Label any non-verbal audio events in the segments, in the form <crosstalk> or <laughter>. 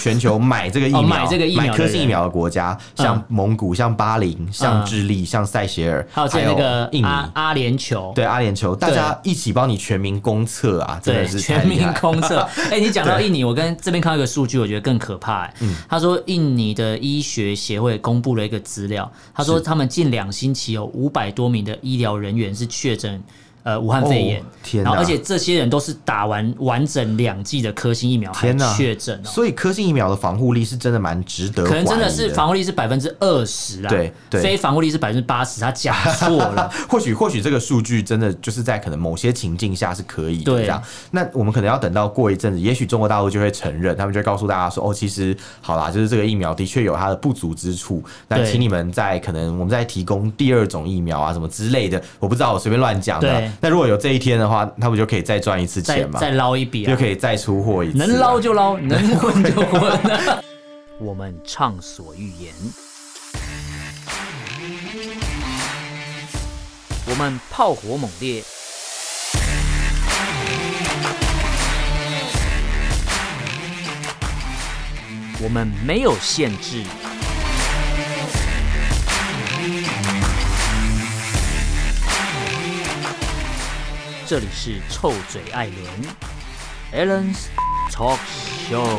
全球买这个疫苗、哦买这个疫苗的买科兴疫苗的国家，嗯像蒙古、像巴林、像嗯智利、像塞舌尔，还有这那个啊印尼。阿阿联酋，对阿联酋，大家一起帮你全民公测啊，真对，的是太全厉民害。公测。 <laughs> 哎、你讲到印尼，我跟这边看到一个数据，我觉得更可怕、哎嗯他说，印尼的医学协会公布了一个资料，他说他们近两星期有五百多名的医疗人员是确诊。呃，武汉肺炎，哦天哪然后而且这些人都是打完完整两剂的科兴疫苗还天哪确诊哦，所以科兴疫苗的防护力是真的蛮值得，可能真的是，防护力是百分之二十啊，对对非防护力是百分之八十，他讲错 <laughs> 了，或许或许这个数据真的就是在可能某些情境下是可以的对这样。那我们可能要等到过一阵子，也许中国大陆就会承认，他们就会告诉大家说，哦，其实好啦，就是这个疫苗的确有它的不足之处，那对请你们在可能我们再提供第二种疫苗啊什么之类的，我不知道，我随便乱讲的对。那如果有这一天的话，他们就可以再赚一次再钱嘛，再捞一笔啊就，可以再出货一次啊，能捞就捞，能混就混。 <laughs> 我们畅所欲言，我们炮火猛烈，我们没有限制。这里是臭嘴艾伦 a l l e n s Talk Show。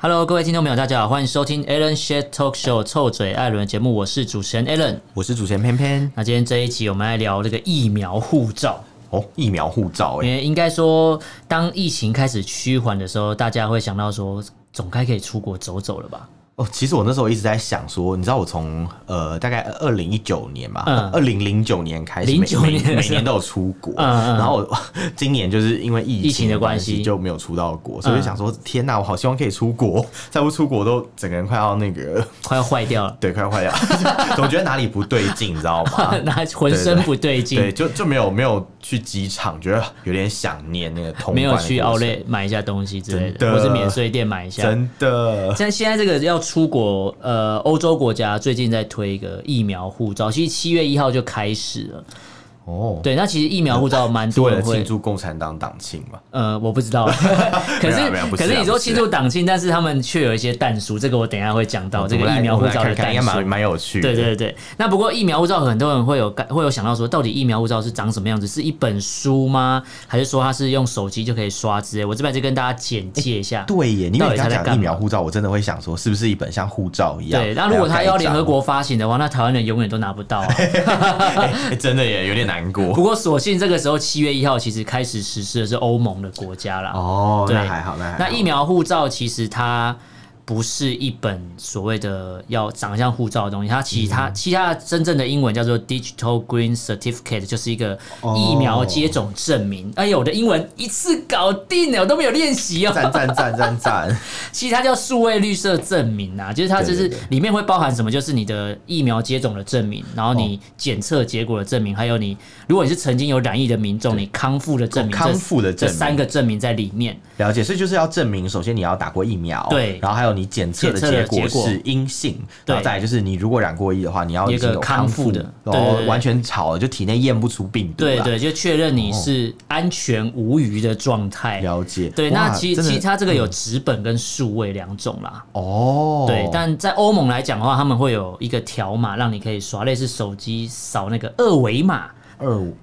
Hello，各位听众朋友，大家好，欢迎收听 Alan s h a t Talk Show 臭嘴艾伦的节目，我是主持人 Alan。我是主持人偏偏那今天这一集我们来聊这个疫苗护照，哦，疫苗护照哎、因为应该说，当疫情开始趋缓的时候，大家会想到说，总该可以出国走走了吧？哦，其实我那时候一直在想说，你知道我从呃大概二零一九年嘛嗯，二零零九年开始，每09年每的每时候年都有出国， <laughs> 嗯嗯然后我 <laughs> 今年就是因为疫疫情的关关系嗯就没有出到国，所以就想说，天哪，我好希望可以出国， <laughs> 再不出国都整个人快要那个，，快要坏掉 <laughs> 了对，快要坏掉， <laughs> 总觉得哪里不对劲，你知道 <laughs> 吗？那浑身不对劲，啊对，就就没有没有去机场，觉得有点想念那个通关，没有去奥，莱买一下东西之类真的，的或是免税店买一下。真的，像现在这个要出国，呃，欧洲国家最近在推一个疫苗护照，其实七月一号就开始了。哦，对，那其实疫苗护照蛮是多为了人庆会，祝共产党党庆嘛？呃，我不知 <laughs> 道，可没是有没有不是可啊是你说不是庆祝党庆，但是他们却有一些淡书，这哦个我等一下会讲到这个我们来疫苗我护们来照的看看淡应该蛮书。蛮有趣的。对对对，那不过疫苗护照很多人会有感会有想到说，到底疫苗护照是长什么样子？是一本书吗？还是说它是用手机就可以刷之类？我这边就跟大家简介一下。对耶，因为到你底刚他在讲干疫苗嘛护照，我真的会想说，是不是一本像护照一样？对，那如果它还要盖联章合，国发行的话，那台湾人永远都拿不到啊。 <laughs> 哎真的也有点难不 <laughs> 过。过，所幸这个时候七月一号其实开始实施的是欧盟的国家啦。哦，那对还好，那还好。那疫苗护照其实它不是一本所谓的要长相护照的东西，它其他、嗯其他真正的英文叫做 Digital Green Certificate，就是一个哦疫苗接种证明。哎呦，我的英文一次搞定了，我都没有练习哦。赞赞赞赞赞！其实它叫数位绿色证明啊，就是它就对是对对里面会包含什么，就是你的疫苗接种的证明，然后哦你检测结果的证明，还有你如果你是曾经有染疫的民众，你康复的证明，康复的证这这明三个证明在里面。了解，所以就是要证明，首先你要打过疫苗，对然后还有你检测的检测的结果结果是阴性，对然后再来就是你如果染过疫的话，你要有已一个经有康复复的对然后对对完全好了，就体内验不出病毒对啦。对，就确认你是安全无虞的状态。了解。对，那哦哇其真的嗯其实它这个有纸本跟数位两种啦。哦，对，但在欧盟来讲的话，他们会有一个条码让你可以刷，类似手机扫那个二维码。二五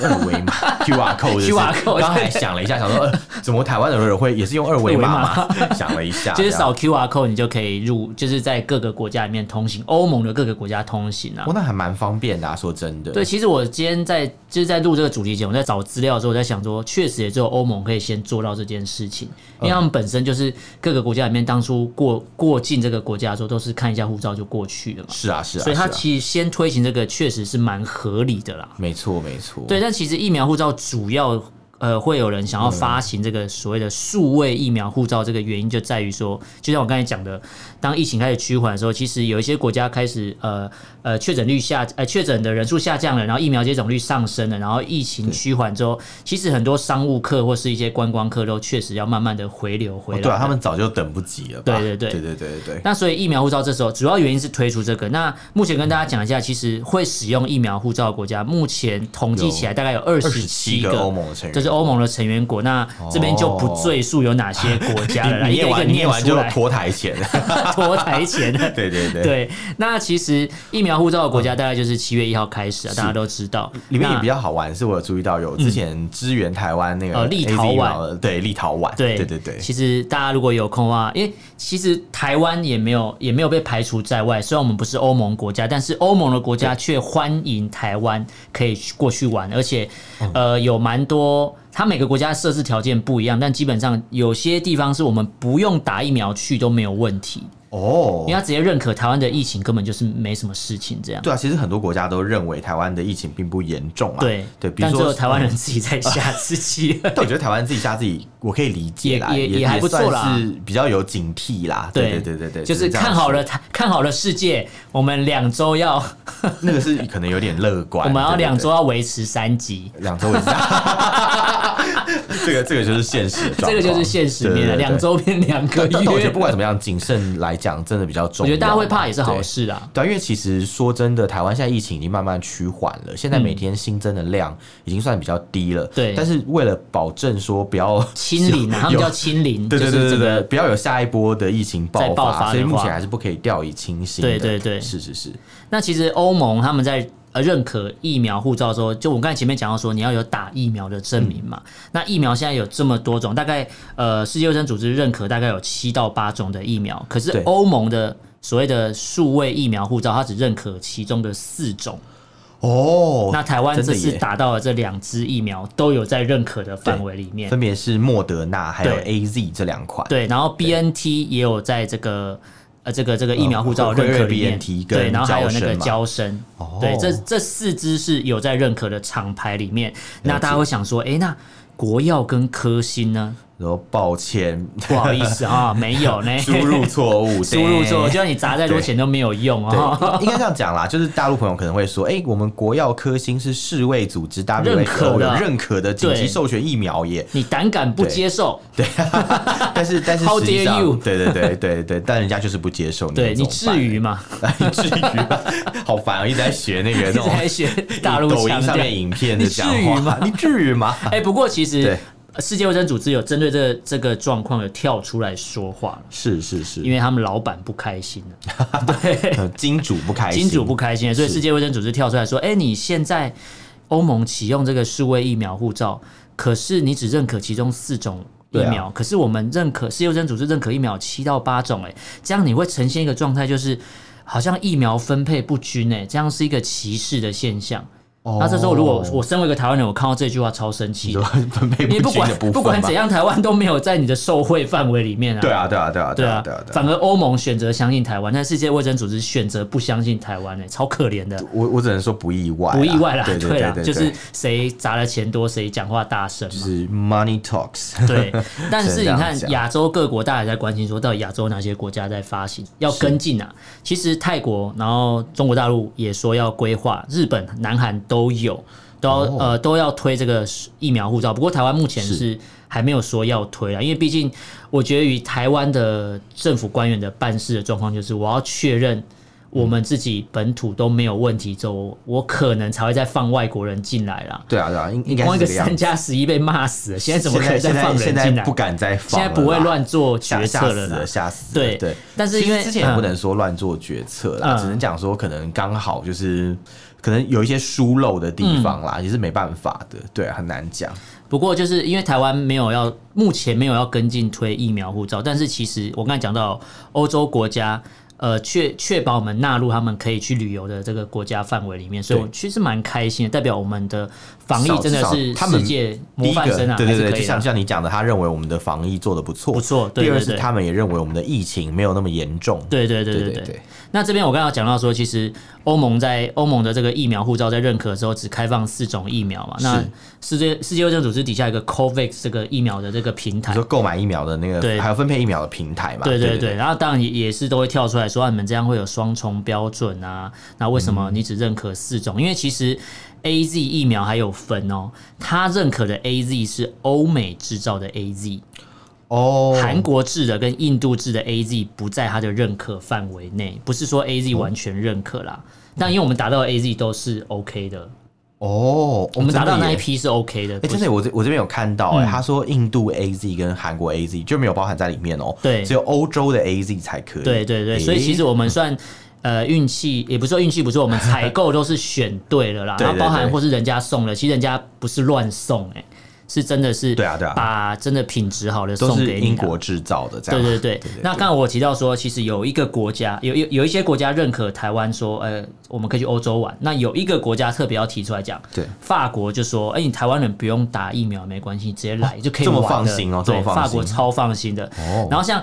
二维码 <laughs> QR code 就是 QR code，刚才想了一下，想说、呃、怎么台湾的人会也是用二维码 <laughs> 嘛？想了一下，就是这样。扫 QR code 你就可以入，就是在各个国家里面通行，欧盟的各个国家通行啊哦，。那还蛮方便的、啊，说真的。对，，其实我今天在就是在录这个主题前，我在找资料的时候，我在想说，确实也只有欧盟可以先做到这件事情，嗯因为他们本身就是各个国家里面当初过过境这个国家的时候，都是看一下护照就过去了嘛，是啊，是啊，所以它是啊其实先推行这个确实是蛮合理的啦。没错，没错。对，但其实疫苗护照主要呃会有人想嗯要发行这个所谓的数位疫苗护照，这个原因就在于说，就像我刚才讲的，当疫情开始趋缓的时候，其实有一些国家开始呃呃确诊率下呃确诊的人数下降了，然后疫苗接种率上升了，然后疫情趋缓之后，其实很多商务客或是一些观光客都确实要慢慢的回流回哦来、对啊，他们早就等不及了吧。对对对对对对对对那所以疫苗护照这时候主要原因是推出这个。那目前跟大家讲一下，其实会使用疫苗护照的国家，目前统计起来大概有二十27七个个欧盟的成员就是欧盟的成员国，那这边就不赘述有哪些国家了啦，哦你一念个一个完念念完出就来，脱台 <laughs> 前，脱台前。对对 <laughs> 对，对，那其实疫苗护照的国家大概就是七月一号开始啊，大家都知道。里面也那比较好玩，是我有注意到有之前支援台湾那个 AZ 呃嗯立陶宛疫苗的，对立陶宛，对对对对，其实大家如果有空的话，因为其实台湾也没有也没有被排除在外，虽然我们不是欧盟国家，但是欧盟的国家却欢迎台湾可以去过去玩，而且、嗯呃有蛮多。它每个国家设置条件不一样，但基本上有些地方是我们不用打疫苗去都没有问题，哦因为，他直接认可台湾的疫情根本就是没什么事情这样。对啊，其实很多国家都认为台湾的疫情并不严重啊，对对，比如但只有说嗯台湾人。自己在吓 <laughs> 自己。但我觉得台湾自己吓自己，我可以理解啦，也也也也还不错算啦是比较有警惕啦。对对对对，就是这样看好说了，台，看好了世界，我们两周要，那个是可能有点乐观。 <laughs> 我们要对对对两周要维持三级。两周以上， <laughs> 这个这个就是现实的状况，这个就是现实面对对对了，两周变两个但但月。但我觉得不管怎么样，谨慎来讲真的比较重我要。觉得大家会怕也是好对事啊。对啊，因为其实说真的，台湾现在疫情已经慢慢趋缓了，现在每天新增的量已经算比较低了。嗯对但是为了保证说不要清零啊，他们 <laughs> 有叫清零，对就对是对对这对，个不要有下一波的疫情爆再爆发的所以目话前还是不可以掉以轻心的。对对对是是是，那其实欧盟他们在呃认可疫苗护照的时候，就我刚才前面讲到说，你要有打疫苗的证明嘛。嗯那疫苗现在有这么多种，大概呃世界卫生组织认可大概有七到八种的疫苗，可是对欧盟的所谓的数位疫苗护照，它只认可其中的四种。哦，那台湾真这的次耶打到了这两支疫苗，都有在认可的范围里面。分别是莫德纳还有对 A Z 这两款。对，然后 BNT 也有在这个呃这个这个疫苗护照的认可里面，辉瑞 BNT 跟对，然后还有那个交交生，哦对，这这四支是有在认可的厂牌里面。那大家会想说，哎，那国药跟科 <laughs> 兴呢？然后抱 <laughs> 歉，不好意思啊，没有呢，输入错误， <laughs> 输入对错，就算你砸再多钱都没有用啊。对，应应该这样讲啦，就是大陆朋友可能会说，哎、我们国药科兴是世卫组织 WHO 认可的有认可的紧急对授权疫苗 <laughs> 耶。 <laughs> 你胆敢不对接受，但是但是 How 实际 dare you 上，对对对对对，但人家就是不接受，对你你能怎么至办于？吗？ <laughs> 你至于吗？ <laughs> 好烦哦，一直在学那个那 <laughs> 一直种在学大陆抖腔音上调面影片你的至讲于吗话， <laughs> 你至于吗？哎、不过其实对世界卫生组织有针对这这个状况有跳出来说话了。是是因是，为他们老板不开心 <laughs> 了，对，呃金主不开心，嗯金主不开心了，所以是世界卫生组织跳出来说：“哎、你现在欧盟启用这个数位疫苗护照，可是你只认可其中四种。”疫对啊苗，可是我们认可世界卫生组织认可疫苗有七到八种、哎，这样你会呈现一个状态，就是好像疫苗分配不均、哎，这样是一个歧视的现象。哦。那这时候，如果我身为一个台湾人，我看到这句话超生气你的说， <laughs> 分配因为不不均的管部分不管嘛怎样，台湾都没有在你的受贿范围里面啊。对啊对啊对啊对啊，对啊对啊。反而欧盟选择相信台湾，但世界卫生组织选择不相信台湾、欸，超可怜的，我我只能说不意外啦，不意外啦，啊对对啦对，对，就是谁砸的钱多，谁讲话大声就嘛。是 money talks， <laughs> <laughs> 对，但是只能你这样看讲亚洲各国，大家也在关心说，到底亚洲哪些国家在发行，要跟进啊？其实泰国，然后中国大陆也说要规划，日本、南韩都有，都要、哦呃都要推这个疫苗护照。不过台湾目前是是还没有说要推啊，因为毕竟我觉得与台湾的政府官员的办事的状况，就是我要确认。我们自己本土都没有问题之后，我我可能才会再放外国人进来啦。对啊对啊，应应该光一是这个个样三子。加十一被骂死了，现在怎么可以再现在放人现在进来？不敢再放现了在啦，不会乱做决吓策吓了死啦了，。吓死了对对。但是其因实为之前也不嗯能说乱做决策啦，嗯只能讲说可能刚好就是可能有一些疏漏的地嗯方啦，也是没办法的，对，啊很难讲。不过就是因为台湾没有要，目前没有要跟进推疫苗护照，但是其实我刚才讲到欧洲国家。呃，确确保我们纳入他们可以去旅游的这个国家范围里面，所以我对其实蛮开心的，代表我们的防疫少真的至少是他们世界第模一范个生啊，，对还对是对，就可以的像像你讲的，他认为我们的防疫做的不错，不错对第二对是对他们也认为我们的疫情没有那么严重，对对对对对对对对，那这边我刚刚讲到说，其实欧盟在欧盟的这个疫苗护照在认可之后，只开放四种疫苗嘛。那世界世界卫生组织底下有一个 COVAX 这个疫苗的这个平你台说，购买疫苗的那对个，还有分配疫苗的平台嘛，对对对对。然后当然也也是都会跳出来说，啊你们这样会有双重标准啊。那为什么你只认可四种？因为其实 A Z 疫苗还有分哦，它认可的 A Z 是欧美制造的 A Z，哦，韩国制的跟印度制的 A Z 不在它的认可范围哦内，不是说 A Z 完全认可啦。但因为我们达到的 A Z 都是 OK 的，哦，我们达到那一批。批是 OK 的。哎、不真是的，我这我这边有看到、欸，嗯他说印度 A Z 跟韩国 A Z 就没有包含在里面哦、对只有欧洲的 A Z 才可以。对对对，所以诶其实我们算。呃，运气也不是说运气不错，我们采购都是选对了 <laughs> 啦，对然后包对含对或是人家送的，其实人家不是乱送、欸，是真的是对啊对啊把真的品质好的都送是给你英啊。国制造的，这样对对对，那刚刚我提到说，其实有一个国家，有有有一些国家认可台湾说，呃，我们可以去欧洲玩。那有一个国家特别要提出来讲，对法国就说，哎、你台湾人不用打疫苗没关系，你直接来、就可以这么玩放了心哦这对，么放法国心超放心的。哦。然后像。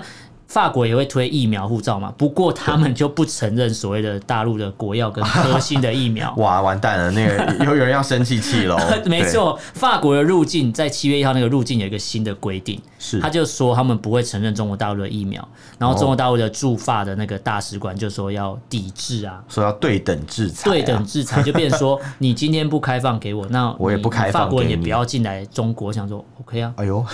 法国也会推疫苗护照嘛，不过他们就不承认所谓的大陆的国药跟科兴的疫苗。哇，完蛋了，那个有有人要生气气喽 <laughs> 没错，法国的入境在七月一号那个入境有一个新的规定，是他就说他们不会承认中国大陆的疫苗，然后中国大陆的驻法的那个大使馆就说要抵制啊。对，说要对等制裁、啊，对等制裁就变成说，你今天不开放给我，那 <laughs> 我也你不开放法国人给也你不要进来中国。想说 OK 啊，哎呦，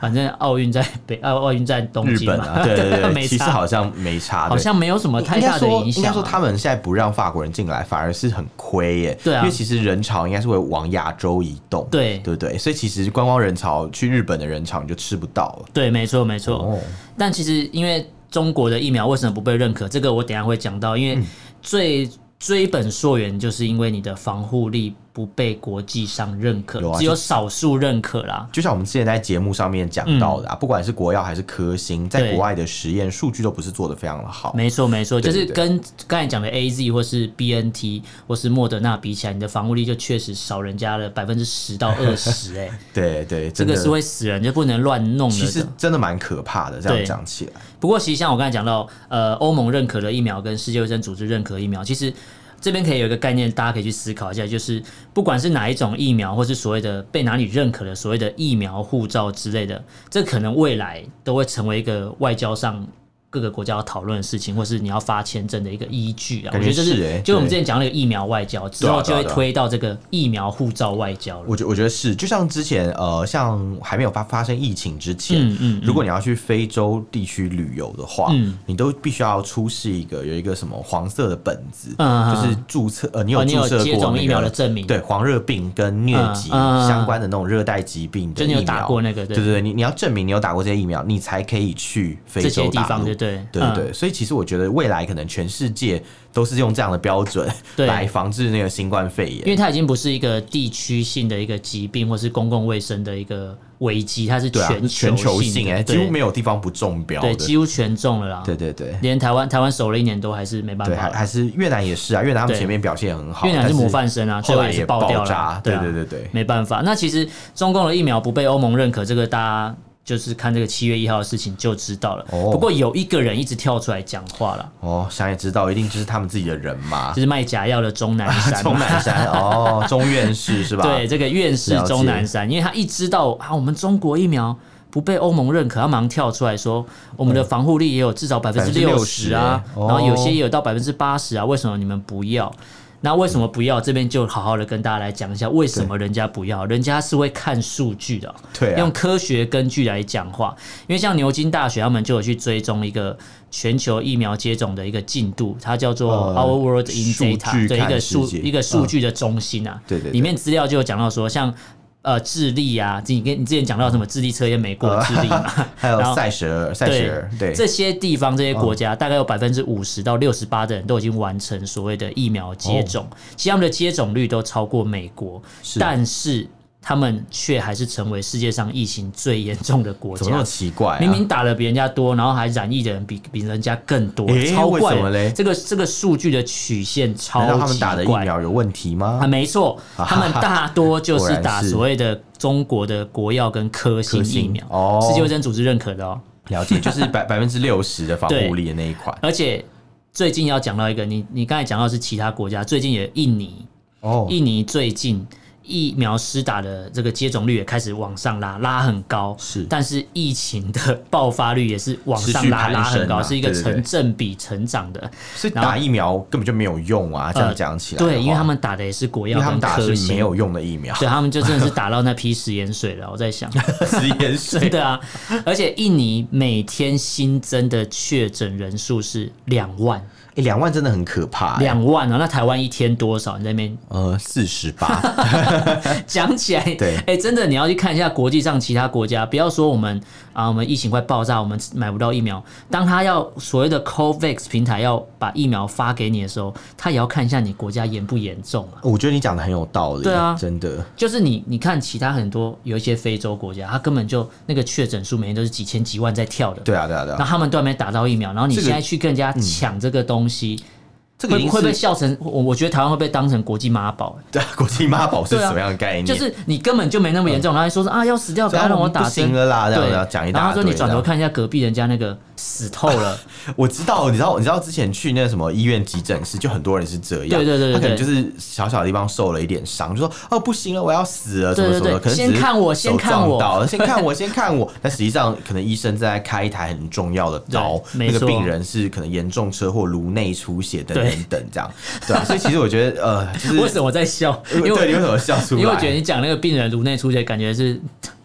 反正奥运在北，奥奥运在东日京本嘛， <laughs> 啊，对对没对，其实差，好像没差，好对像没有什么太应大该的说，影响啊。应该说他们现在不让法国人进来，反而是很亏耶。对啊因为其实人潮应该是会往亚洲移动，对对不对？所以其实观光人潮去日本的人潮你就吃不到了。对，没错没错。哦，但其实因为中国的疫苗为什么不被认可，这个我等一下会讲到，因为最。嗯追本溯源，就是因为你的防护力不被国际上认可，有啊只有少数认可啦。就像我们之前在节目上面讲到的啊，不管是国药还是科兴，在嗯对国外的实验数据都不是做的非常的好。没错，没错，对就对是跟刚才讲的 A Z 或是 B N T 或是莫德纳比起来，你的防护力就确实少人家了百分之十到二十。哎，对对，这 <laughs> 真个的是会死人，就不能乱弄的。其实真的蛮可怕的，这样对讲起来。不过，其实像我刚才讲到，呃，欧盟认可的疫苗跟世界卫生组织认可的疫苗，其实这边可以有一个概念，大家可以去思考一下，就是不管是哪一种疫苗，或是所谓的被哪里认可的所谓的疫苗护照之类的，这可能未来都会成为一个外交上。各个国家要讨论的事情，或是你要发签证的一个依据啊，我感觉觉得这是欸就我们对之前讲那个疫苗外交之对啊后，对就啊啊会对啊推到这个疫苗护照外交了。我觉我觉得是，就像之前呃，像还没有发发生疫情之前，嗯嗯嗯如果你要去非洲地区旅游的话，嗯你都必须要出示一个有一个什么黄色的本子，嗯嗯就是注册呃，你有哦你注有册过、那接种个疫苗的证明对，黄热病跟疟疾嗯嗯嗯相关的那种热带疾病的就疫你苗，有打过那个对对对对，你你要证明你有打过这些疫苗，你才可以去非这些洲地大方陆，对对对嗯对对，所以其实我觉得未来可能全世界都是用这样的标准 <laughs> 对来防治那个新冠肺炎因。为它已经不是一个地区性的一个疾病，或是公共卫生的一个危机，它是对啊，全球球性性的哎、几对乎没有地方不中标的。对，几乎全中了啦。对对对连台湾台湾守了一年都还是没办对，法还啦，还是越南也是啊，越南他们对前面表现也很好，越南是但模范生啊，最后来也是也爆掉炸了，。对啊对对对，没办法。那其实中共的疫苗不被欧盟认可，这个大家就是看这个七月一号的事情就知道了。哦不过有一个人一直跳出来讲话了，哦，想也知道，一定就是他们自己的人嘛就，是卖假药的钟南山嘛 <laughs> 钟。南山哦，钟院士是吧？ <laughs> 对，这个院士了解钟南山，因为他一知道啊，我们中国疫苗不被欧盟认可，他马上跳出来说，我们的防护力也有至少百分之六十60%啊，欸哦然后有些也有到百分之八十啊，为什么你们不要？那为什么不要？这边就好好的跟大家来讲一下，为什么人家不要？人家是会看数据的哦，对啊用科学根据来讲话。因为像牛津大学，他们就有去追踪一个全球疫苗接种的一个进度，它叫做呃 Our World in 数 Data 据的一个看数世界嗯一个数据的中心啊。对对对里面资料就有讲到说，像呃智利啊，你跟你之前讲到什么智利测验没过智 <laughs> 利嘛，还有然后塞舌尔，塞对舌尔，对，嗯这些地方这些国家，大概有百分之五十到六十八的人都已经完成所谓的疫苗接种，其实他们的接种率都超过美国，哦是但是他们却还是成为世界上疫情最严重的国怎么那家么。奇怪、啊？明明打了比人家多，然后还染疫的人比比人家更多，诶超怪为什么的。嘞这个这个数据的曲线超难级道怪。他们打的疫苗有问题啊，吗？没错，他们大多就是 <laughs> 果打然是所谓的中国的国药跟科兴科疫兴苗，哦世界卫生组织认可的哦。了解，就是百 <laughs> 百分之六十的防护力的那一款而且最近要讲到一个，你你刚才讲到是其他国家，最近也印尼，哦，印尼最近疫苗施打的这个接种率也开始往上拉，拉很高。是但是疫情的爆发率也是往上持续拉，攀升拉啊很高，是一个对对对成正比成长的。所以然后呃打疫苗根本就没有用啊，这样讲起来的话、对，因为他们打的也是国因药为他们跟打的科是没兴，有用的疫苗，对他们就真的是打到那批食盐水了。我 <laughs> 在想，食盐真水。的啊！而且印尼每天新增的确诊人数是两万，诶两万真的很可怕、诶两万啊，那台湾一天多少？你在那边呃四十八， <laughs> 讲起来，对哎、真的你要去看一下国际上其他国家，不要说我们啊，我们疫情快爆炸，我们买不到疫苗。当他要所谓的 COVAX 平台要把疫苗发给你的时候，他也要看一下你国家严不严重啊。我觉得你讲的很有道理，对啊真的，就是你，你看其他很多有一些非洲国家，他根本就那个确诊数每天都是几千几万在跳的，对啊对啊对那啊，他们都还没打到疫苗，然后你这个现在去跟人家抢这个东西，嗯这个已会经会被是笑成我，我觉得台湾会被当成国际妈宝、对啊国际妈宝是对啊什么样的概念？就是你根本就没那么严重，然后还说是啊要死掉，嗯不所以他要们让我打不针行。了啦，这样对这样，讲一然后大他堆。说你转头这样看一下隔壁人家那个死透了，我知道，你知道，你知道之前去那什么医院急诊室，就很多人是这样，对对对对他可能就是小小的地方受了一点伤，就说哦不行了，我要死了，什对么对什么的，对可能只是先看我先手看我撞到，先看我，先看我， <laughs> 但实际上可能医生正在开一台很重要的刀， <laughs> 对没那个错病人是可能严重车祸、颅内出血等对等等这样，对啊，所以其实我觉得呃， <laughs> 就是为什 <laughs> 么我在笑？因为 <laughs> 对你为什我么笑出来？因为我觉得你讲那个病人颅内出血，感觉是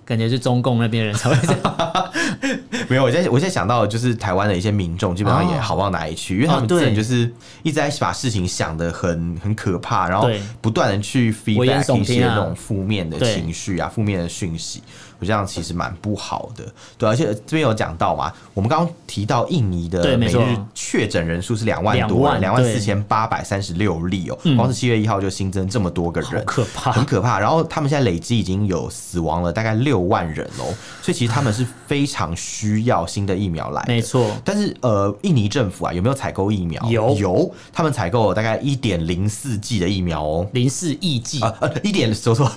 感觉是中共那边人才会这 <laughs> 样。没有，我现在我现在想到的就是台湾的一些民众，基本上也哦好不到哪里去，因为他哦们对真的就是一直在把事情想的很很可怕，然后对不断的去危言 feedback 耸一些听啊那种负面的对情绪啊、负面的讯息，我这样其实蛮不好的。对，而且这边有讲到嘛，我们刚刚提到印尼的对每没日错确诊人数是两万两多人，万两万四对嗯千八百三十六例哦、光是七月一号就新增这么多个人，好可怕很可怕。然后他们现在累积已经有死亡了大概六万人哦，所以其实他们是非常需要新的疫苗来的。没错，但是呃，印尼政府啊有没有采购疫苗？有有，他们采购了大概一点零四剂的疫苗哦。零四亿剂，啊，呃 <laughs> 一点说错，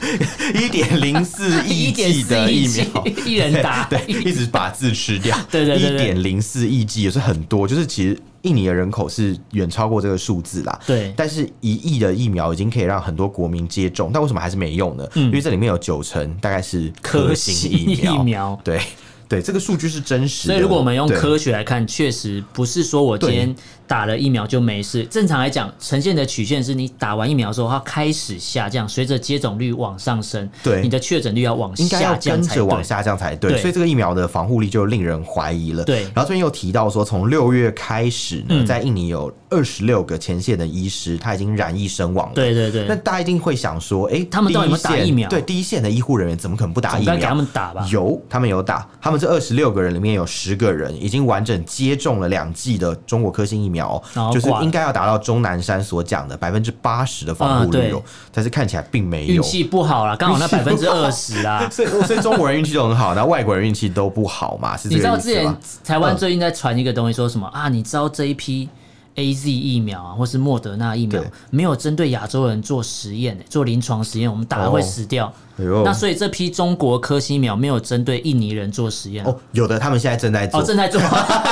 一点零 <laughs> 四亿点剂四的亿疫剂苗，， <laughs> 一人打， <laughs> 对，一直把字吃掉， <laughs> 对对对一对点零四亿剂也是很多，就是其实印尼的人口是远超过这个数字啦。对但是一亿的疫苗已经可以让很多国民接种，但为什么还是没用呢？因为这里面有九成大概是科兴兴疫嗯疫苗对对，这个数据是真实的。所以，如果我们用对科学来看，确实不是说我今天打了疫苗就没事。正常来讲，呈现的曲线是你打完疫苗之后，它开始下降，随着接种率往上升，对你的确诊率要往应该要下降跟才着往对。下降才对，对所以这个疫苗的防护力就令人怀疑了。对然后这边又提到说，从六月开始呢，嗯在印尼有二十六个前线的医师他已经染疫身亡了。对对对，那大家一定会想说，哎、他们到底有没有打第一线疫苗对，第一线的医护人员怎么可能不打总疫该给他苗？们打吧？有，他们有打。他们这二十六个人里面有十个人已经完整接种了两剂的中国科兴疫苗然哦，后就是挂了应该要达到钟南山所讲的百分之八十的防护率哦、啊对但是看起来并没运有。气不好啦，刚好那运气百不好分之二十啦。 <laughs> 所以，哦所以中国人运气都很好，然后外国人运气都不好嘛，是你这知道个意之思嗯前吗？台湾最近在传一个东西，说什么啊？你知道这一批 A Z 疫苗啊，或是莫德纳疫苗对没有针对亚洲人做实验、欸，做临床实验，我们打了会哦死掉。哎呦那所以这批中国科兴疫苗没有针对印尼人做实验啊哦，有的他们现在正在做，哦，正 <laughs> 在做，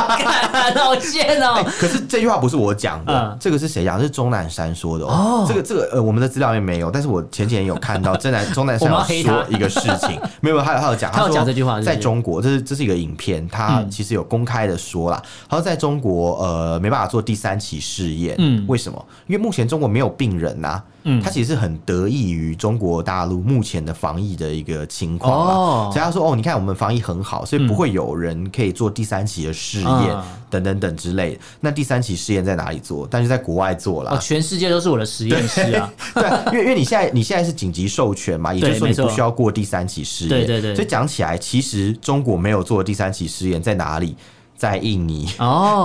干好贱哎、哦！可是这句话不是我讲的，嗯这个是谁讲？是钟南山说的哦。这个这个呃，我们的资料也没有，但是我前几天有看到 <laughs> 钟南钟南山我有们要黑他说一个事 <laughs> 情，没有，他有他有讲，他有说讲这句话是不是在中国，这是这是一个影片，他嗯其实有公开的说啦，他说在中国呃没办法做第三期试验，嗯为什么？因为目前中国没有病人呐、嗯，他其实很得益于中国大陆目前的防疫的一个情况啦。哦所以他说哦，你看我们防疫很好，所以不会有人可以做第三期的试验。嗯等等等之类的。那第三期试验在哪里做？但是在国外做哦，啦。全世界都是我的实验室啊！ <laughs> 对啊，因为因为你现在你现在是紧急授权嘛，也就是说你没错不需要过第三期试验。对对对所以讲起来，其实中国没有做第三期试验在哪里？在印尼，哦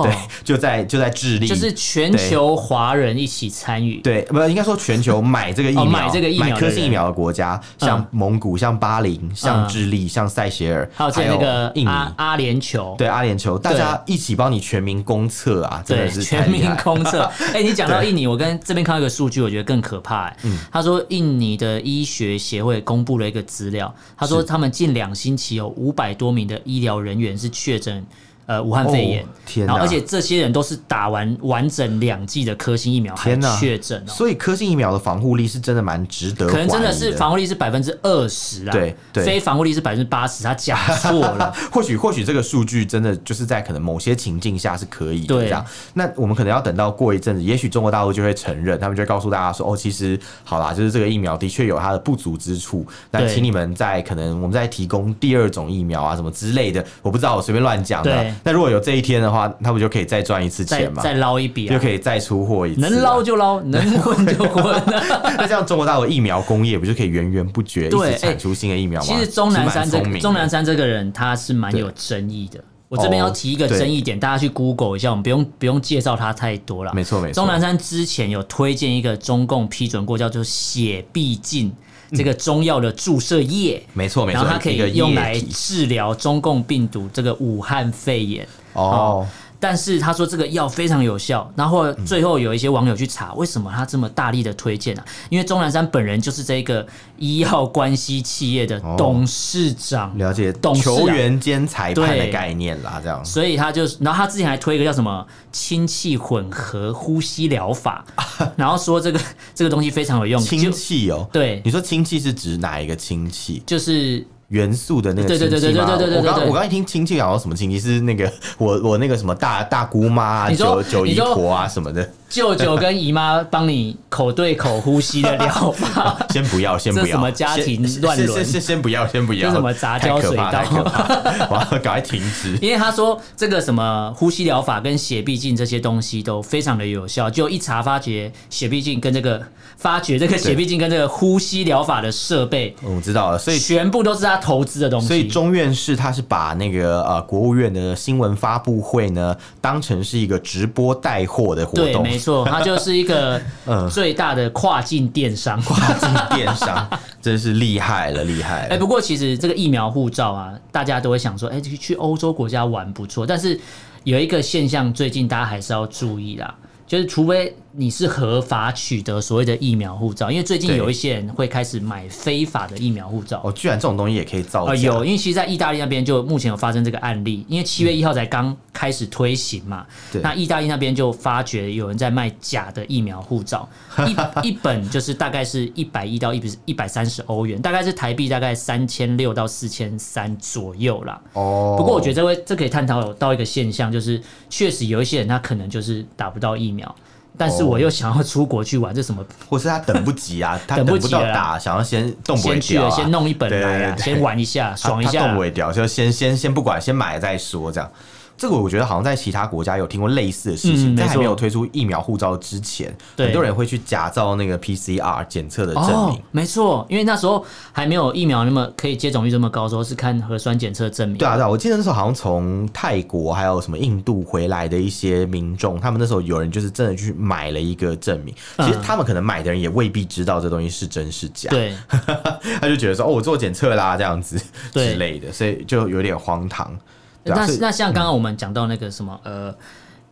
<laughs> 对，，就在就在智利，就是全球华人一起参与，对，不应该说全 <laughs> 球买这个疫苗、哦买这个疫苗的买科兴疫苗的国家，像嗯蒙古、像巴林、像智利、像塞舌尔，还有在那个印尼。阿阿联酋，对阿联酋，大家一起帮你全民公测啊！真的对，是太全厉民害。公测。 <laughs> 哎、你讲到印尼，我跟这边看到一个数据，我觉得更可怕、哎嗯他说，印尼的医学协会公布了一个资料，他说他们近两星期有五百多名的医疗人员是确诊。呃，武汉肺炎，哦天哪然后而且这些人都是打完完整两剂的科兴疫苗还天哪确诊哦，所以科兴疫苗的防护力是真的蛮值得怀疑，可能真的是防护力是百分之二十啦，对对非防护力是百分之八十，他讲错 <laughs> 了，或许或许这个数据真的就是在可能某些情境下是可以的对这样。那我们可能要等到过一阵子，也许中国大陆就会承认，他们就会告诉大家说：“哦，其实好啦，就是这个疫苗的确有它的不足之处。那对请你们在可能我们再提供第二种疫苗啊什么之类的，我不知道，我随便乱讲的。对对那如果有这一天的话，他们就可以再赚一次再钱嘛，再捞一笔就啊，可以再出货一次啊。能捞就捞，能混就啊混。 <laughs> 那这样，中国大陆疫苗工业不就可以源源不绝，一对哎直产出新的疫苗吗？其实钟南山这是蛮聪明的钟南山这个人，他是蛮有争议的。我这边要提一个哦对争议点，大家去 Google 一下，我们不用不用介绍他太多了。没错没错钟南山之前有推荐一个中共批准过，叫做血必净这个中药的注射液。没错嗯没然错，后它可一个以用来液体治疗中共病毒这个武汉肺炎，哦，但是他说这个药非常有效，然后最后有一些网友去查，为什么他这么大力的推荐啊？因为钟南山本人就是这个医药关系企业的董事长，了解董事啊球员兼裁判的对概念啦，这样所以他就，然后他之前还推一个叫什么氢气混合呼吸疗法， <laughs> 然后说这个这个东西非常有用，氢就气哦，对你，说氢气是指哪一个氢气？就是元素的那个对对氢气吗？对对对对对我刚对对我刚一听氢气，想到什么氢气？是那个我我那个什么大大姑妈啊、你九说九姨你说婆啊什么的，舅舅跟姨妈帮你口对口呼吸的疗 <laughs> 法。 <laughs> 先不要，先不要，这什么家庭乱伦先先先先不要，先不要，这什么杂交水稻太可怕太可怕我要赶快停 <laughs> 止。因为他说这个什么呼吸疗法跟血必净这些东西都非常的有效，就一查发觉血必净跟这个发觉这个血必净跟这个呼吸疗法的设备，哦我知道了，所以全部都是他投资的东西。所以中院士他是把那个呃国务院的新闻发布会呢，当成是一个直播带货的活对，动，没错，他就是一个 <laughs> 嗯最大的跨境电商。跨境电 <laughs> 商真是厉害了，厉害哎、了。不过其实这个疫苗护照啊，大家都会想说，哎、去去欧洲国家玩不错，但是有一个现象，最近大家还是要注意啦。就是，除非你是合法取得所谓的疫苗护照，因为最近对有一些人会开始买非法的疫苗护照。哦，居然这种东西也可以造假，呃，有，因为其实，在意大利那边就目前有发生这个案例，因为七月一号才刚开始推行嘛，对那意大利那边就发觉有人在卖假的疫苗护照， <laughs> 一一本就是大概是一百一到一百一百三十欧元，大概是台币大概三千六到四千三左右啦。哦。不过我觉得这会这可以探讨到一个现象，就是确实有一些人他可能就是打不到疫苗，但是哦我又想要出国去玩，这什么或是他等不及 <laughs> 啊，他等不不及到了啦打，想要先动不先去掉了啊，先弄一本来对啊，对对先玩一下，他爽一他下啊动。不掉，就先先先不管，先买了再说这样。这个我觉得好像在其他国家有听过类似的事情，嗯在没还错没有推出疫苗护照之前，对很多人会去假造那个 PCR 检测的证哦明。，没错，因为那时候还没有疫苗那么可以接种率这么高的时候，是看核酸检测证明。对啊，对啊，我记得那时候好像从泰国还有什么印度回来的一些民众，他们那时候有人就是真的去买了一个证明，其实嗯他们可能买的人也未必知道这东西是真是假，对他就觉得说哦，我做检测啦这样子对之类的，所以就有点荒唐。对啊 <laughs> 那所以那像刚刚我们讲到那个什么呃。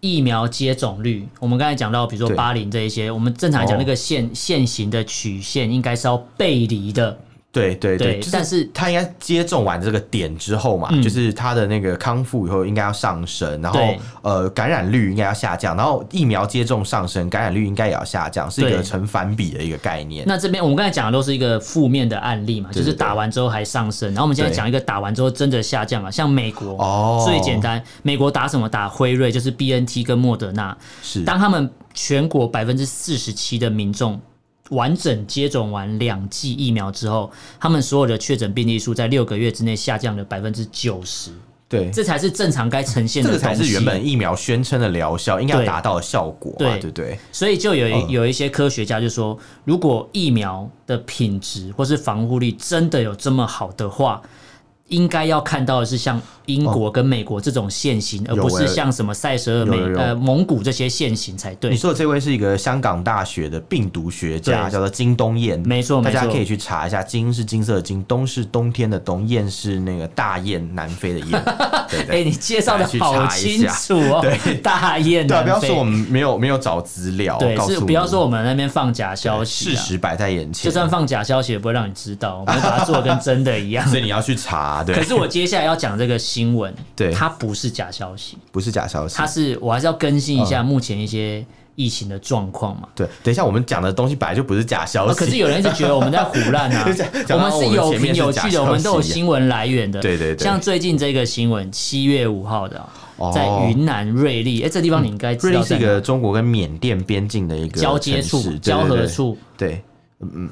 疫苗接种率，我们刚才讲到，比如说对八零这一些，我们正常来讲哦那个线、线形的曲线应该是要背离的，对对对，对就但是他应该接种完这个点之后嘛，嗯就是他的那个康复以后应该要上升，然后对呃感染率应该要下降，然后疫苗接种上升，感染率应该也要下降，是一个对成反比的一个概念。那这边我们刚才讲的都是一个负面的案例嘛，对对就是打完之后还上升。然后我们现在对讲一个打完之后真的下降嘛，像美国哦最简单，美国打什么打辉瑞，就是 B N T 跟莫德纳。是当他们全国百分之四十七的民众完整接种完两剂疫苗之后，他们所有的确诊病例数在六个月之内下降了百分之九十，对，这才是正常该呈现这的个东西。才是原本疫苗宣称的疗效应该要对达到的效果嘛，对对不对？所以就有一、嗯有一些科学家就说，如果疫苗的品质或是防护力真的有这么好的话，应该要看到的是像英国跟美国这种现行，而有不欸是像什么塞舌尔美有有有呃蒙古这些现行才你对。说的这位是一个香港大学的病毒学家，对叫做金东燕，没错大家没错可以去查一下，金是金色的金，东是冬天的冬，燕是那个大雁南飞 <laughs> 的雁，对哎、对。你介绍的好清楚哦大家去查一下对，大雁对啊，不要南飞说我们没有没有找资料，对告诉是你不要说我们那边放假消息、事啊，实摆在眼前，就算放假消息也不会让你知道，我们会把它做得跟真的一样。所以你要去查，对 <laughs> 可，是我接下来要讲这个新闻，对它不是假消息，不是假消息它。是我还是要更新一嗯下目前一些疫情的状况嘛。对，等一下我们讲的东西本来就不是假消啊息，可是有人一直觉得我们在胡乱 <laughs> 啊讲讲，到哦我们是有凭有我们前面是假消据息啊的，我们都有新闻来源的。对对对像最近这个新闻，七月五号的哦哦，在云南瑞丽，哎，这地方你应该知瑞道丽是在一哪个中国跟缅甸边境的一个交城接市处、对交对合对处。对，嗯，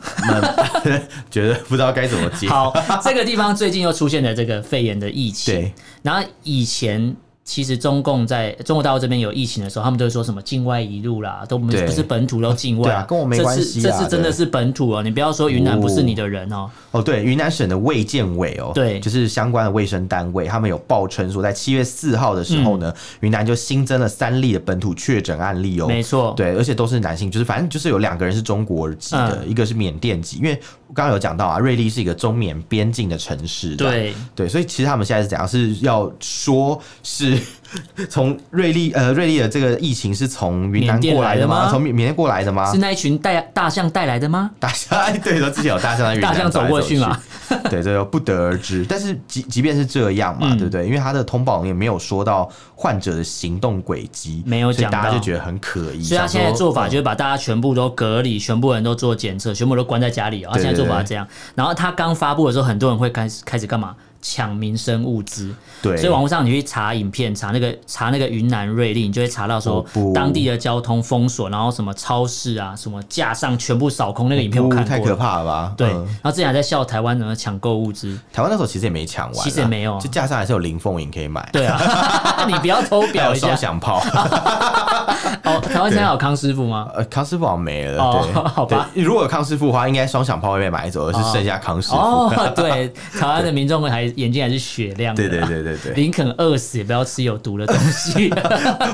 嗯 <laughs> 觉得不知道该怎 <laughs> 么接。好，这个地方最近又出现了这个肺炎的疫情对，然后以前。其实中共在中国大陆这边有疫情的时候，他们都会说什么境外一路啦，都不对不是本土，都境外、对啊跟我没关系啊这次这次真的对是本土哦，你不要说云南不是你的人哦。哦，对，云南省的卫健委哦，对就是相关的卫生单位，他们有报称说，在七月四号的时候呢，嗯云南就新增了三例的本土确诊案例哦，没错对，而且都是男性，就是反正就是有两个人是中国籍的，嗯一个是缅甸籍，因为刚刚有讲到啊，瑞丽是一个中缅边境的城市，这样对对，所以其实他们现在是怎样？是要说是 <laughs> 从瑞丽呃瑞丽的这个疫情是从云南缅甸过来来的的吗？吗从缅缅甸过来的吗是？那一群带大象带来的吗？大象 <laughs> 对的，之前有大象在云南大象走走来过去去嘛，对，这个不得而知。但是即即便是这样嘛，嗯对不对？因为他的通报也没有说到患者的行动轨迹，没有所以讲大家到就觉得很可疑。所以他想说现在做法嗯就是把大家全部都隔离，全部人都做检测，全部都关在家里哦。他对现在做法对是这样。然后他刚发布的时候，很多人会开始开始干嘛？抢民生物资。对，所以网络上你去查影片，查那个查那个云南瑞丽，你就会查到说哦不当地的交通封锁，然后什么超市啊、什么架上全部扫空，那个影片我不看哦太过可了。怕了吧？对，嗯然后之前还在笑台湾怎么抢购物资，台湾那时候其实也没抢完啦，其实也没有啊就架上还是有林凤营可以买，对 <laughs> 啊，你不要偷还表有一双下响 <laughs> 炮。哦。台湾现在有康师傅吗？呃，康师傅好像没了，哦对， <laughs> 好吧对。如果有康师傅的话，应该双响炮会被买走，而是剩下康师傅。哦，对，台湾的民众还眼睛还是雪亮的对啦。对对对对，林肯饿死也不要吃有毒的东 <laughs> 西，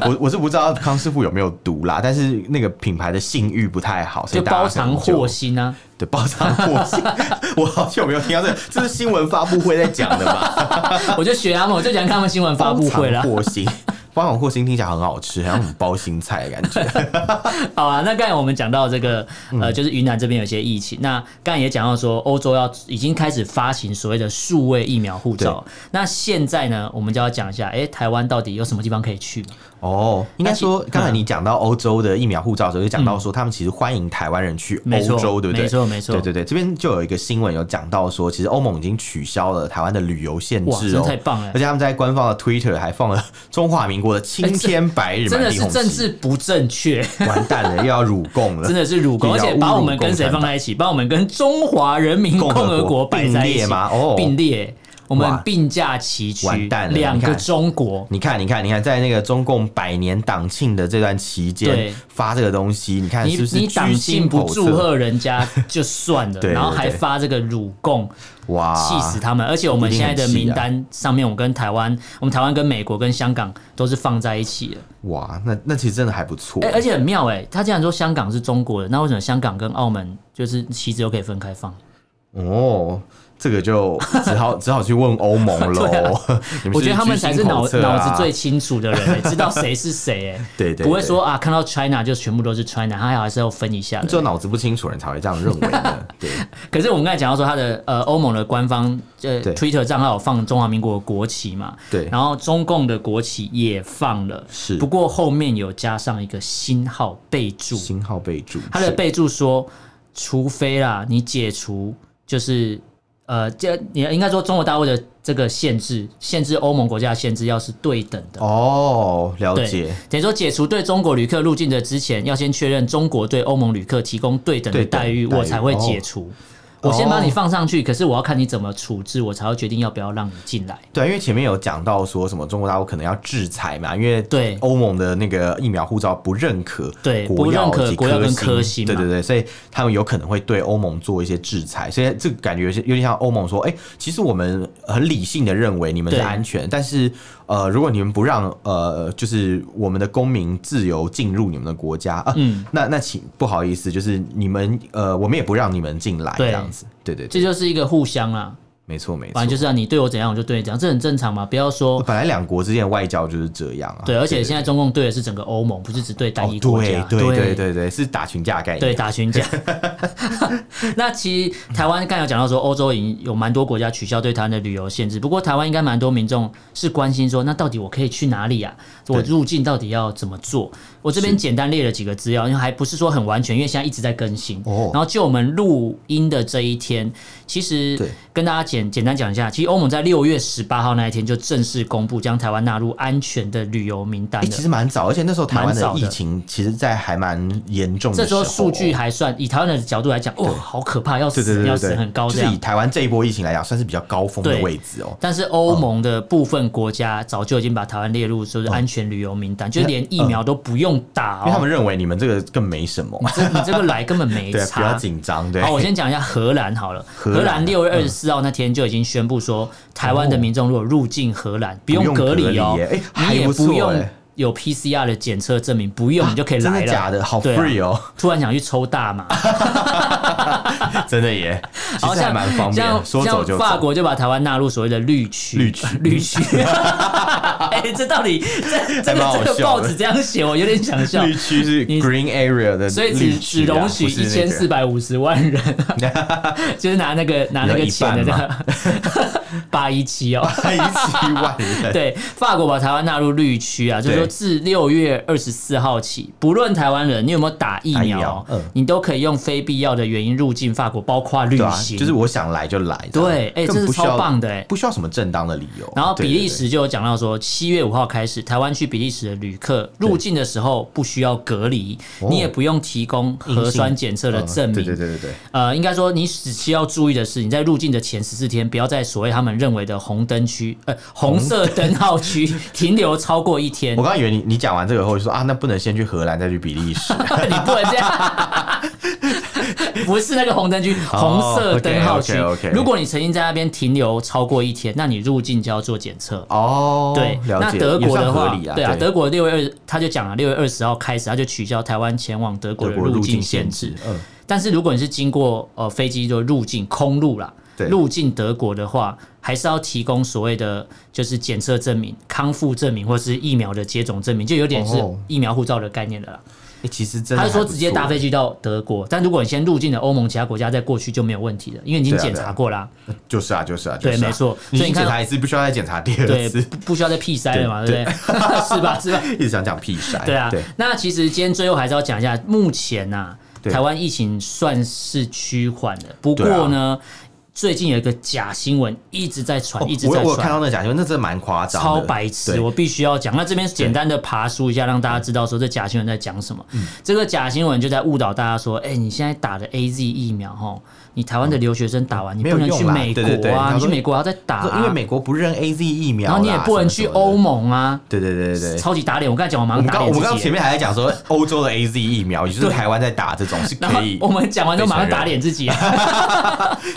我我是不知道康师傅有没有毒啦，但是那个品牌的信誉不太好，所就以大包家可藏能就祸心啊。对，包藏祸心。 <laughs> 我好久没有听到这个，这是新闻发布会在讲的吧？我就学他们，我就想看他们新闻 <laughs> 发布会包啦藏。祸心，包藏祸心听起来很好吃，好像很包心菜的感觉。好啊，那刚才我们讲到这个，嗯呃，就是云南这边有些疫情，那刚才也讲到说，欧洲要已经开始发行所谓的数位疫苗护照。那现在呢，我们就要讲一下，哎、台湾到底有什么地方可以去？哦，应该说，刚才嗯你讲到欧洲的疫苗护照的时候，就讲到说他们其实欢迎台湾人去没欧错，洲，对不对没？错，没错。对对对，这边就有一个新闻有讲到说，其实欧盟已经取消了台湾的旅游限哇，真制的哦，太棒了而！且他们在官方的 Twitter 还放了中华民国的青天白日真满的地是红政旗，治不正 <laughs> 确，完蛋了，又要辱共 <laughs> 了，真的是辱共，对而啊且把我们跟谁放在一起？把我们跟中华人民共和国摆在一共和国并列起吗哦并列，我们哇并驾齐驱完蛋，了两你个看中国。你看，你看，你看，在那个中共百年党庆的这段期对间发这个东西，你看你是不是你党居性心不叵祝测？贺人家就算 <laughs> 了，对然后对还对发这个辱共，哇，气死他们！而且我啊们一定现在很的气名啊单上面，我跟台湾，我们台湾跟美国跟香港都是放在一起的。哇，那那其实真的还不错哎，，而且很妙哎，他竟然说香港是中国的，那为什么香港跟澳门就是旗子又可以分开放？哦。这个就只好只好去问欧 <laughs> 盟喽。你啊我觉得他们才是脑居心叵测脑啊子最清楚的人，欸知道谁是谁， <laughs> 哎，对对对不会说啊，看到 China 就全部都是 China，他还是要分一下的 <laughs> 只。有脑子不清楚的人才会这样认为的。 <laughs> 对，可是我们刚才讲到说，他的呃欧盟的官方呃对 Twitter 账号有放中华民国的国旗嘛，对然后中共的国旗也放了，是不过后面有加上一个星号备注，星号备注，他的是备注说，除非啦你解除就是。呃，这你应该说中国大陆的这个限制，限制欧盟国家的限制要是对等的，哦，了对解，，等于说解除对中国旅客入境的之前，要先确认中国对欧盟旅客提供对等的对等待遇，待遇哦我才会解除。我先把你放上去，可是我要看你怎么处置，我才会决定要不要让你进来。对，因为前面有讲到说什么中国大陆可能要制裁嘛，因为对欧盟的那个疫苗护照不认可对国药不认可及国药跟科兴兴，嘛对对对，所以他们有可能会对欧盟做一些制裁，所以这个感觉有些有点像欧盟说，哎、其实我们很理性的认为你们是对安全，但是呃，如果你们不让呃，就是我们的公民自由进入你们的国家啊，嗯那那请不好意思，就是你们呃，我们也不让你们进来对这样子，对对这对，就是一个互相啦，没错没错，反正就是啊，你对我怎样，我就对你怎样，这很正常嘛。不要说哦本来两国之间的外交就是这样啊，对，而且现在中共对的是整个欧盟，不是只对单一国家。哦、对对对对对，是打群架的概念。对，打群架。 <laughs> 那其实台湾刚才有讲到说，欧洲已经有蛮多国家取消对台湾的旅游限制，不过台湾应该蛮多民众是关心说，那到底我可以去哪里啊？我入境到底要怎么做？我这边简单列了几个资料，因为还不是说很完全，因为现在一直在更新。哦然后就我们录音的这一天，其实对跟大家简简单讲一下，其实欧盟在六月十八号那一天就正式公布将台湾纳入安全的旅游名单哎、了。其实蛮早，而且那时候台湾蛮早的疫情其实，在还蛮严重这的时时候候哦。数据还算，以台湾的角度来讲，哇，好可怕，要死对对对要对死对，很高就这是以样。台湾这一波疫情来讲，算是比较高峰的对位置哦。但是欧盟的部分国家早就已经把台湾列入哦就是安全旅游名单，就是连疫苗都不用嗯打、因为他哦。们认为你们这个更没什么， <laughs> 这你这个来根本没 <laughs> 对，比较差。紧张，对。好，我先讲一下荷兰好了。荷兰嗯荷兰六月二十四号那天就已经宣布说，台湾的民众如果入境荷兰，不用用隔隔离离哦耶，哎你也还不错用哎有 PCR 的检测证明，不用你就可以真来的假了。的？好对啊 free 哦， <laughs> 突然想去抽大麻，真的耶，其好实还像蛮方便的，像说走就像法走。国就把台湾纳入所谓的绿区，绿区绿区。 <laughs> 哎、这到底这这还蛮好个这个笑报的纸这样写，我有点想笑。绿区是你 green area 的绿区啊，所以只只容许不是一那千个四百五十万人，啊 <laughs> 就是拿那个拿那个钱的你说一那个 <laughs> 八一七哦。 <laughs> 一七万人。对，法国把台湾纳入绿区啊，就是说对自六月二十四号起，不论台湾人你有没有打疫打疫苗苗嗯，你都可以用非必要的原因入境法国，包括旅对啊，行。就是我想来就来。对哎样根本这是不需要超棒的哎不需要什么正当的理由。然后对比利，时就有讲到说，七月五号开始，台湾去比利时的旅客入境的时候不需要隔离，哦你也不用提供核酸检测对的对对证嗯对明。对对对对，呃，应该说你只需要注意的是，你在入境的前十四天，不要在所谓他们认为的红灯区，呃，红色灯号区 <laughs> 停留超过一天我。刚刚以为你你讲完这个后就说啊，那不能先去荷兰再去比利 <laughs> 时，你不能 <laughs> 这样。不是那个红灯区，红色灯号区。哦 OK，OK，OK 如果你曾经在那边停留超过一天，那你入境就要做检测。哦，对，了那解，德也国算的合话理，啊，对啊，德德国六月二，他就讲了，六月二十号开始，他就取消台湾前往德国的国入境限制。嗯，但是如果你是经过呃飞机就入境空路啦，对入境德国的话，还是要提供所谓的就是检测证明、康复证明或是疫苗的接种证明，就有点是哦疫苗护照的概念的啦。诶哎其实真的他是说还不直接搭错飞机到德国，但如果你先入境了欧盟其他国家再过去就没有问题了，因为已经对啊检对啊查 <laughs> 过啦。就是啊，就是啊，就对是啊没错你所以已你经看检查一次，不需要再检查第二对，次。不不需要再屁塞了嘛，对对不对？ <laughs> 是吧？是吧？一直想讲屁事，对啊对，那其实今天最后还是要讲一下，目前呐、对台湾疫情算是趋缓了，不对过啊呢，最近有一个假新闻一直在传，哦一直我在我有看传。到那个假新闻，那真的蛮夸张的，超白痴，对我必须要讲。那这边简单的爬梳一下，让大家知道说这假新闻在讲什么。嗯这个假新闻就在误导大家说，哎、你现在打的 A Z 疫苗，吼，你台湾的留学生打完，嗯你没不有能用去啦美对国啊，对对他你去说美国还要再打、啊，因为美国不认 A Z 疫苗啦，然后你也不能什去么什么的欧。盟啊，对对对对对。超级打脸。我刚才讲，我马我上们打刚我脸自们刚己耶。前面还在讲说欧洲的 A Z 疫苗，也就是台湾在打这种是然后可以啊我们讲完之后马上打脸自己，啊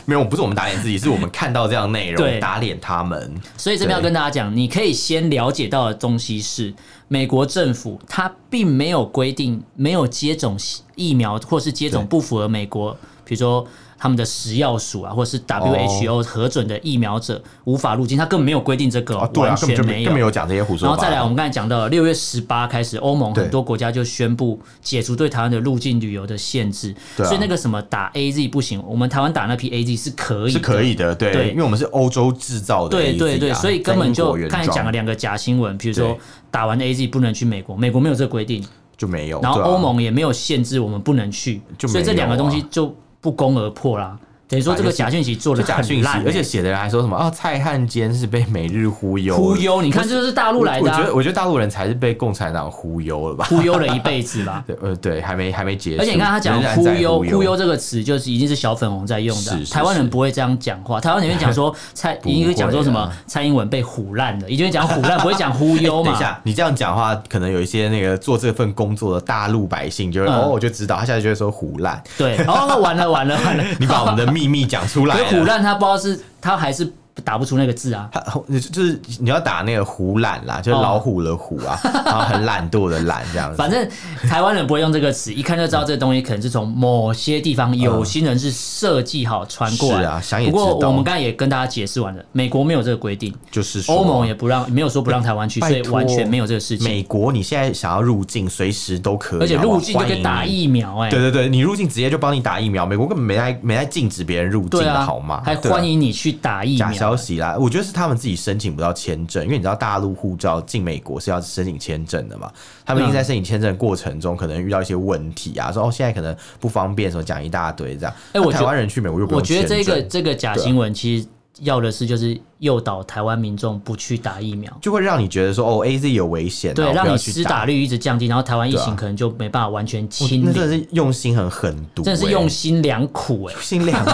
没有，不是我们打脸自己，是我们看到这样内对容打脸他们。 <laughs> 所以这边要跟大家讲，你可以先了解到的东西是，美国政府它并没有规定没有接种疫苗或是接种不符合美国，比如说他们的食药署啊，或哦是 WHO 核准的疫苗者无法入境，它根本没有规定这个哦，啊，对啊，完根本就没全没根有本。有讲这些胡说然八道。后再来，我们刚才讲到六月十八开始，欧盟对很多国家就宣布解除对台湾的入境旅游的限制，对啊所以那个什么打 A Z 不行，我们台湾打那批 A Z 是可以是的可以的，对，对因为我们是欧洲制造的 AZ 对啊，对对，所以根在本英就国原刚才装讲了两个假新闻，比如说对打完 A Z 不能去美国，美国没有这个规定，就没有，然后对啊欧盟也没有限制我们不能去，就没所以这两个有啊啊东西就不攻而破啦。等于说这个反正就是假讯息做的就假很讯息烂，，欸而且写的人还说什么啊，蔡汉奸是被美日忽悠，忽悠，你看这就是大陆来的我觉啊、得，我觉得大陆人才是被共产党忽悠了吧？忽悠了一辈子 <laughs> 吧。对，呃，对，还没还没结束。而且你看他讲仍然忽在悠，悠，忽悠这个词就是已经是小粉红在用的啊是，是台湾人不会这样讲话，台湾人会 <laughs> 讲说蔡，不一个讲说什么会啊蔡英文被唬烂了，一定会讲唬烂，不会 <laughs> 讲忽悠等一嘛。下，你这样讲话，可能有一些那个做这份工作的大陆百姓就会、嗯哦，我就知道，他现在就会说胡烂，对，哦，完了完了完了， <laughs> 你把我们的秘密讲出来可 <laughs> 了。是 <laughs> 虎烂他不知道是他还是打不出那个字啊。他哦你就就是你要打那个胡懒啦，就是哦老虎的虎 <laughs> 啊，然后很懒惰的懒这样子。反正台湾人不会用这个词，一看就知道这东西可能是从某些地方有心人是设计好传过来。是啊想也不过知道我们刚才也跟大家解释完了，美国没有这个规定，就是啊说欧盟也不让，没有说不让台湾去，所拜以托完全没有这个事情。美国，你现在想要入境，随时都可以，而且入境就可跟以打疫苗、哎，对对对，你入境直接就帮你打疫苗，美国根本没在没在禁止别人入境对的、啊，好吗？还对啊欢迎你去打疫假消苗。息啦，我觉得是他们自己申请不到签证，因为你知道大陆护照进美国是要申请签证的嘛，他们一定在申请签证过程中可能遇到一些问题啊，说哦现在可能不方便，什么讲一大堆这样。哎我觉那台湾人去美国又不我用觉得这签个证啊这个假新闻其实要的是就是诱导台湾民众不去打疫苗。就会让你觉得说哦，A Z 有危险，对，然后不让要你去施打率一直降低，然后台湾疫对情啊可能就没办法完全我清那零，真的是用心很狠毒、真的是欸用心良苦 <laughs> 哎、心良苦。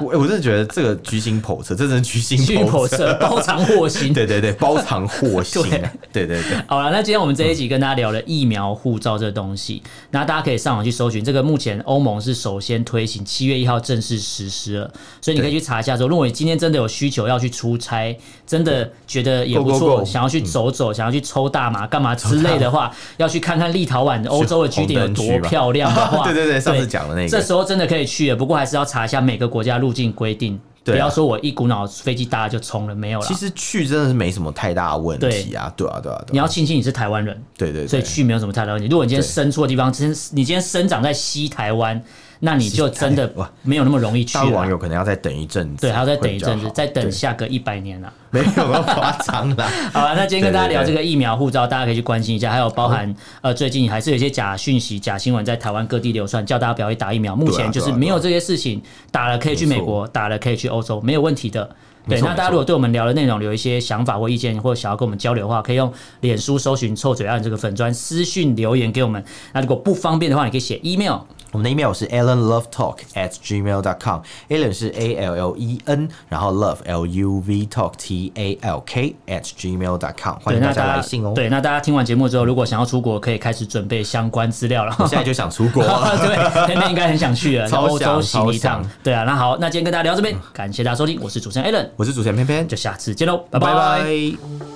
我我真的觉得这个居心叵测，这真的居心去叵叵测。测，包藏 <laughs> 祸心。对对对，包藏祸心啊， <laughs> 对对对，好了，那今天我们这一集跟大家聊了疫苗护照这东西，那大家可以上网去搜寻。这个目前欧盟是首先推行，七月一号正式实施了，所以你可以去查一下说，如果你今天真的有需求要去出差，真的觉得也不 Go, go, 错 go 嗯想要去走走，想要去抽大麻干嘛之类的话，要去看看立陶宛欧洲的去据点有红灯多区吧漂亮的话， <laughs> 对对对，上次讲的那这个，时候真的可以去了，不过还是要查一下每个国家入境规定，对啊不要说我一股脑飞机搭了就冲了，没有啦其。实去真的是没什么太大问题啊，对啊对啊，你对啊要庆幸你是台湾人，对对所以对，去没有什么太大问题。如果你今天对生错地方，真是你今天生长在西台湾，那你就真的没有那么容易去大陆网了。友可能要再等一阵子，对，还要再等一阵会比较子，好再等对下个一百年啊了。 <laughs> 没有那么夸张啦。 <laughs> 好了，那今天对跟对大家聊对这个疫苗护照，大家可以去关心一下，还有包含呃最近还是有一些假讯息、假新闻在台湾各地流传，叫大家不要去打疫苗。目对啊前就是对啊没有这些事情，打了可以去美国，打了可以去欧洲，没有问题的。对，错那大没错家如果对我们聊的内容有一些想法或意见，或者想要跟我们交流的话，可以用脸书搜寻“臭嘴案”这个粉砖私讯留言给我们。那如果不方便的话，你可以写 email。我们的 email 是 allenlovetalk at gmail dot com，allen 是 a l l e n，然后 love l u v talk t a l k at gmail dot com，欢对，迎那大大家家来信哦。对，那大家听完节目之后，如果想要出国，可以开始准备相关资料了。我现在就想出国了， <laughs> 对，天天应该很想去了，啊超欧洲想行一超趟想。对啊，那好，那今天跟大家聊到这边，感谢大家收听，我是主持人 Alan，我是主持人偏偏就，下次见喽，拜拜拜拜。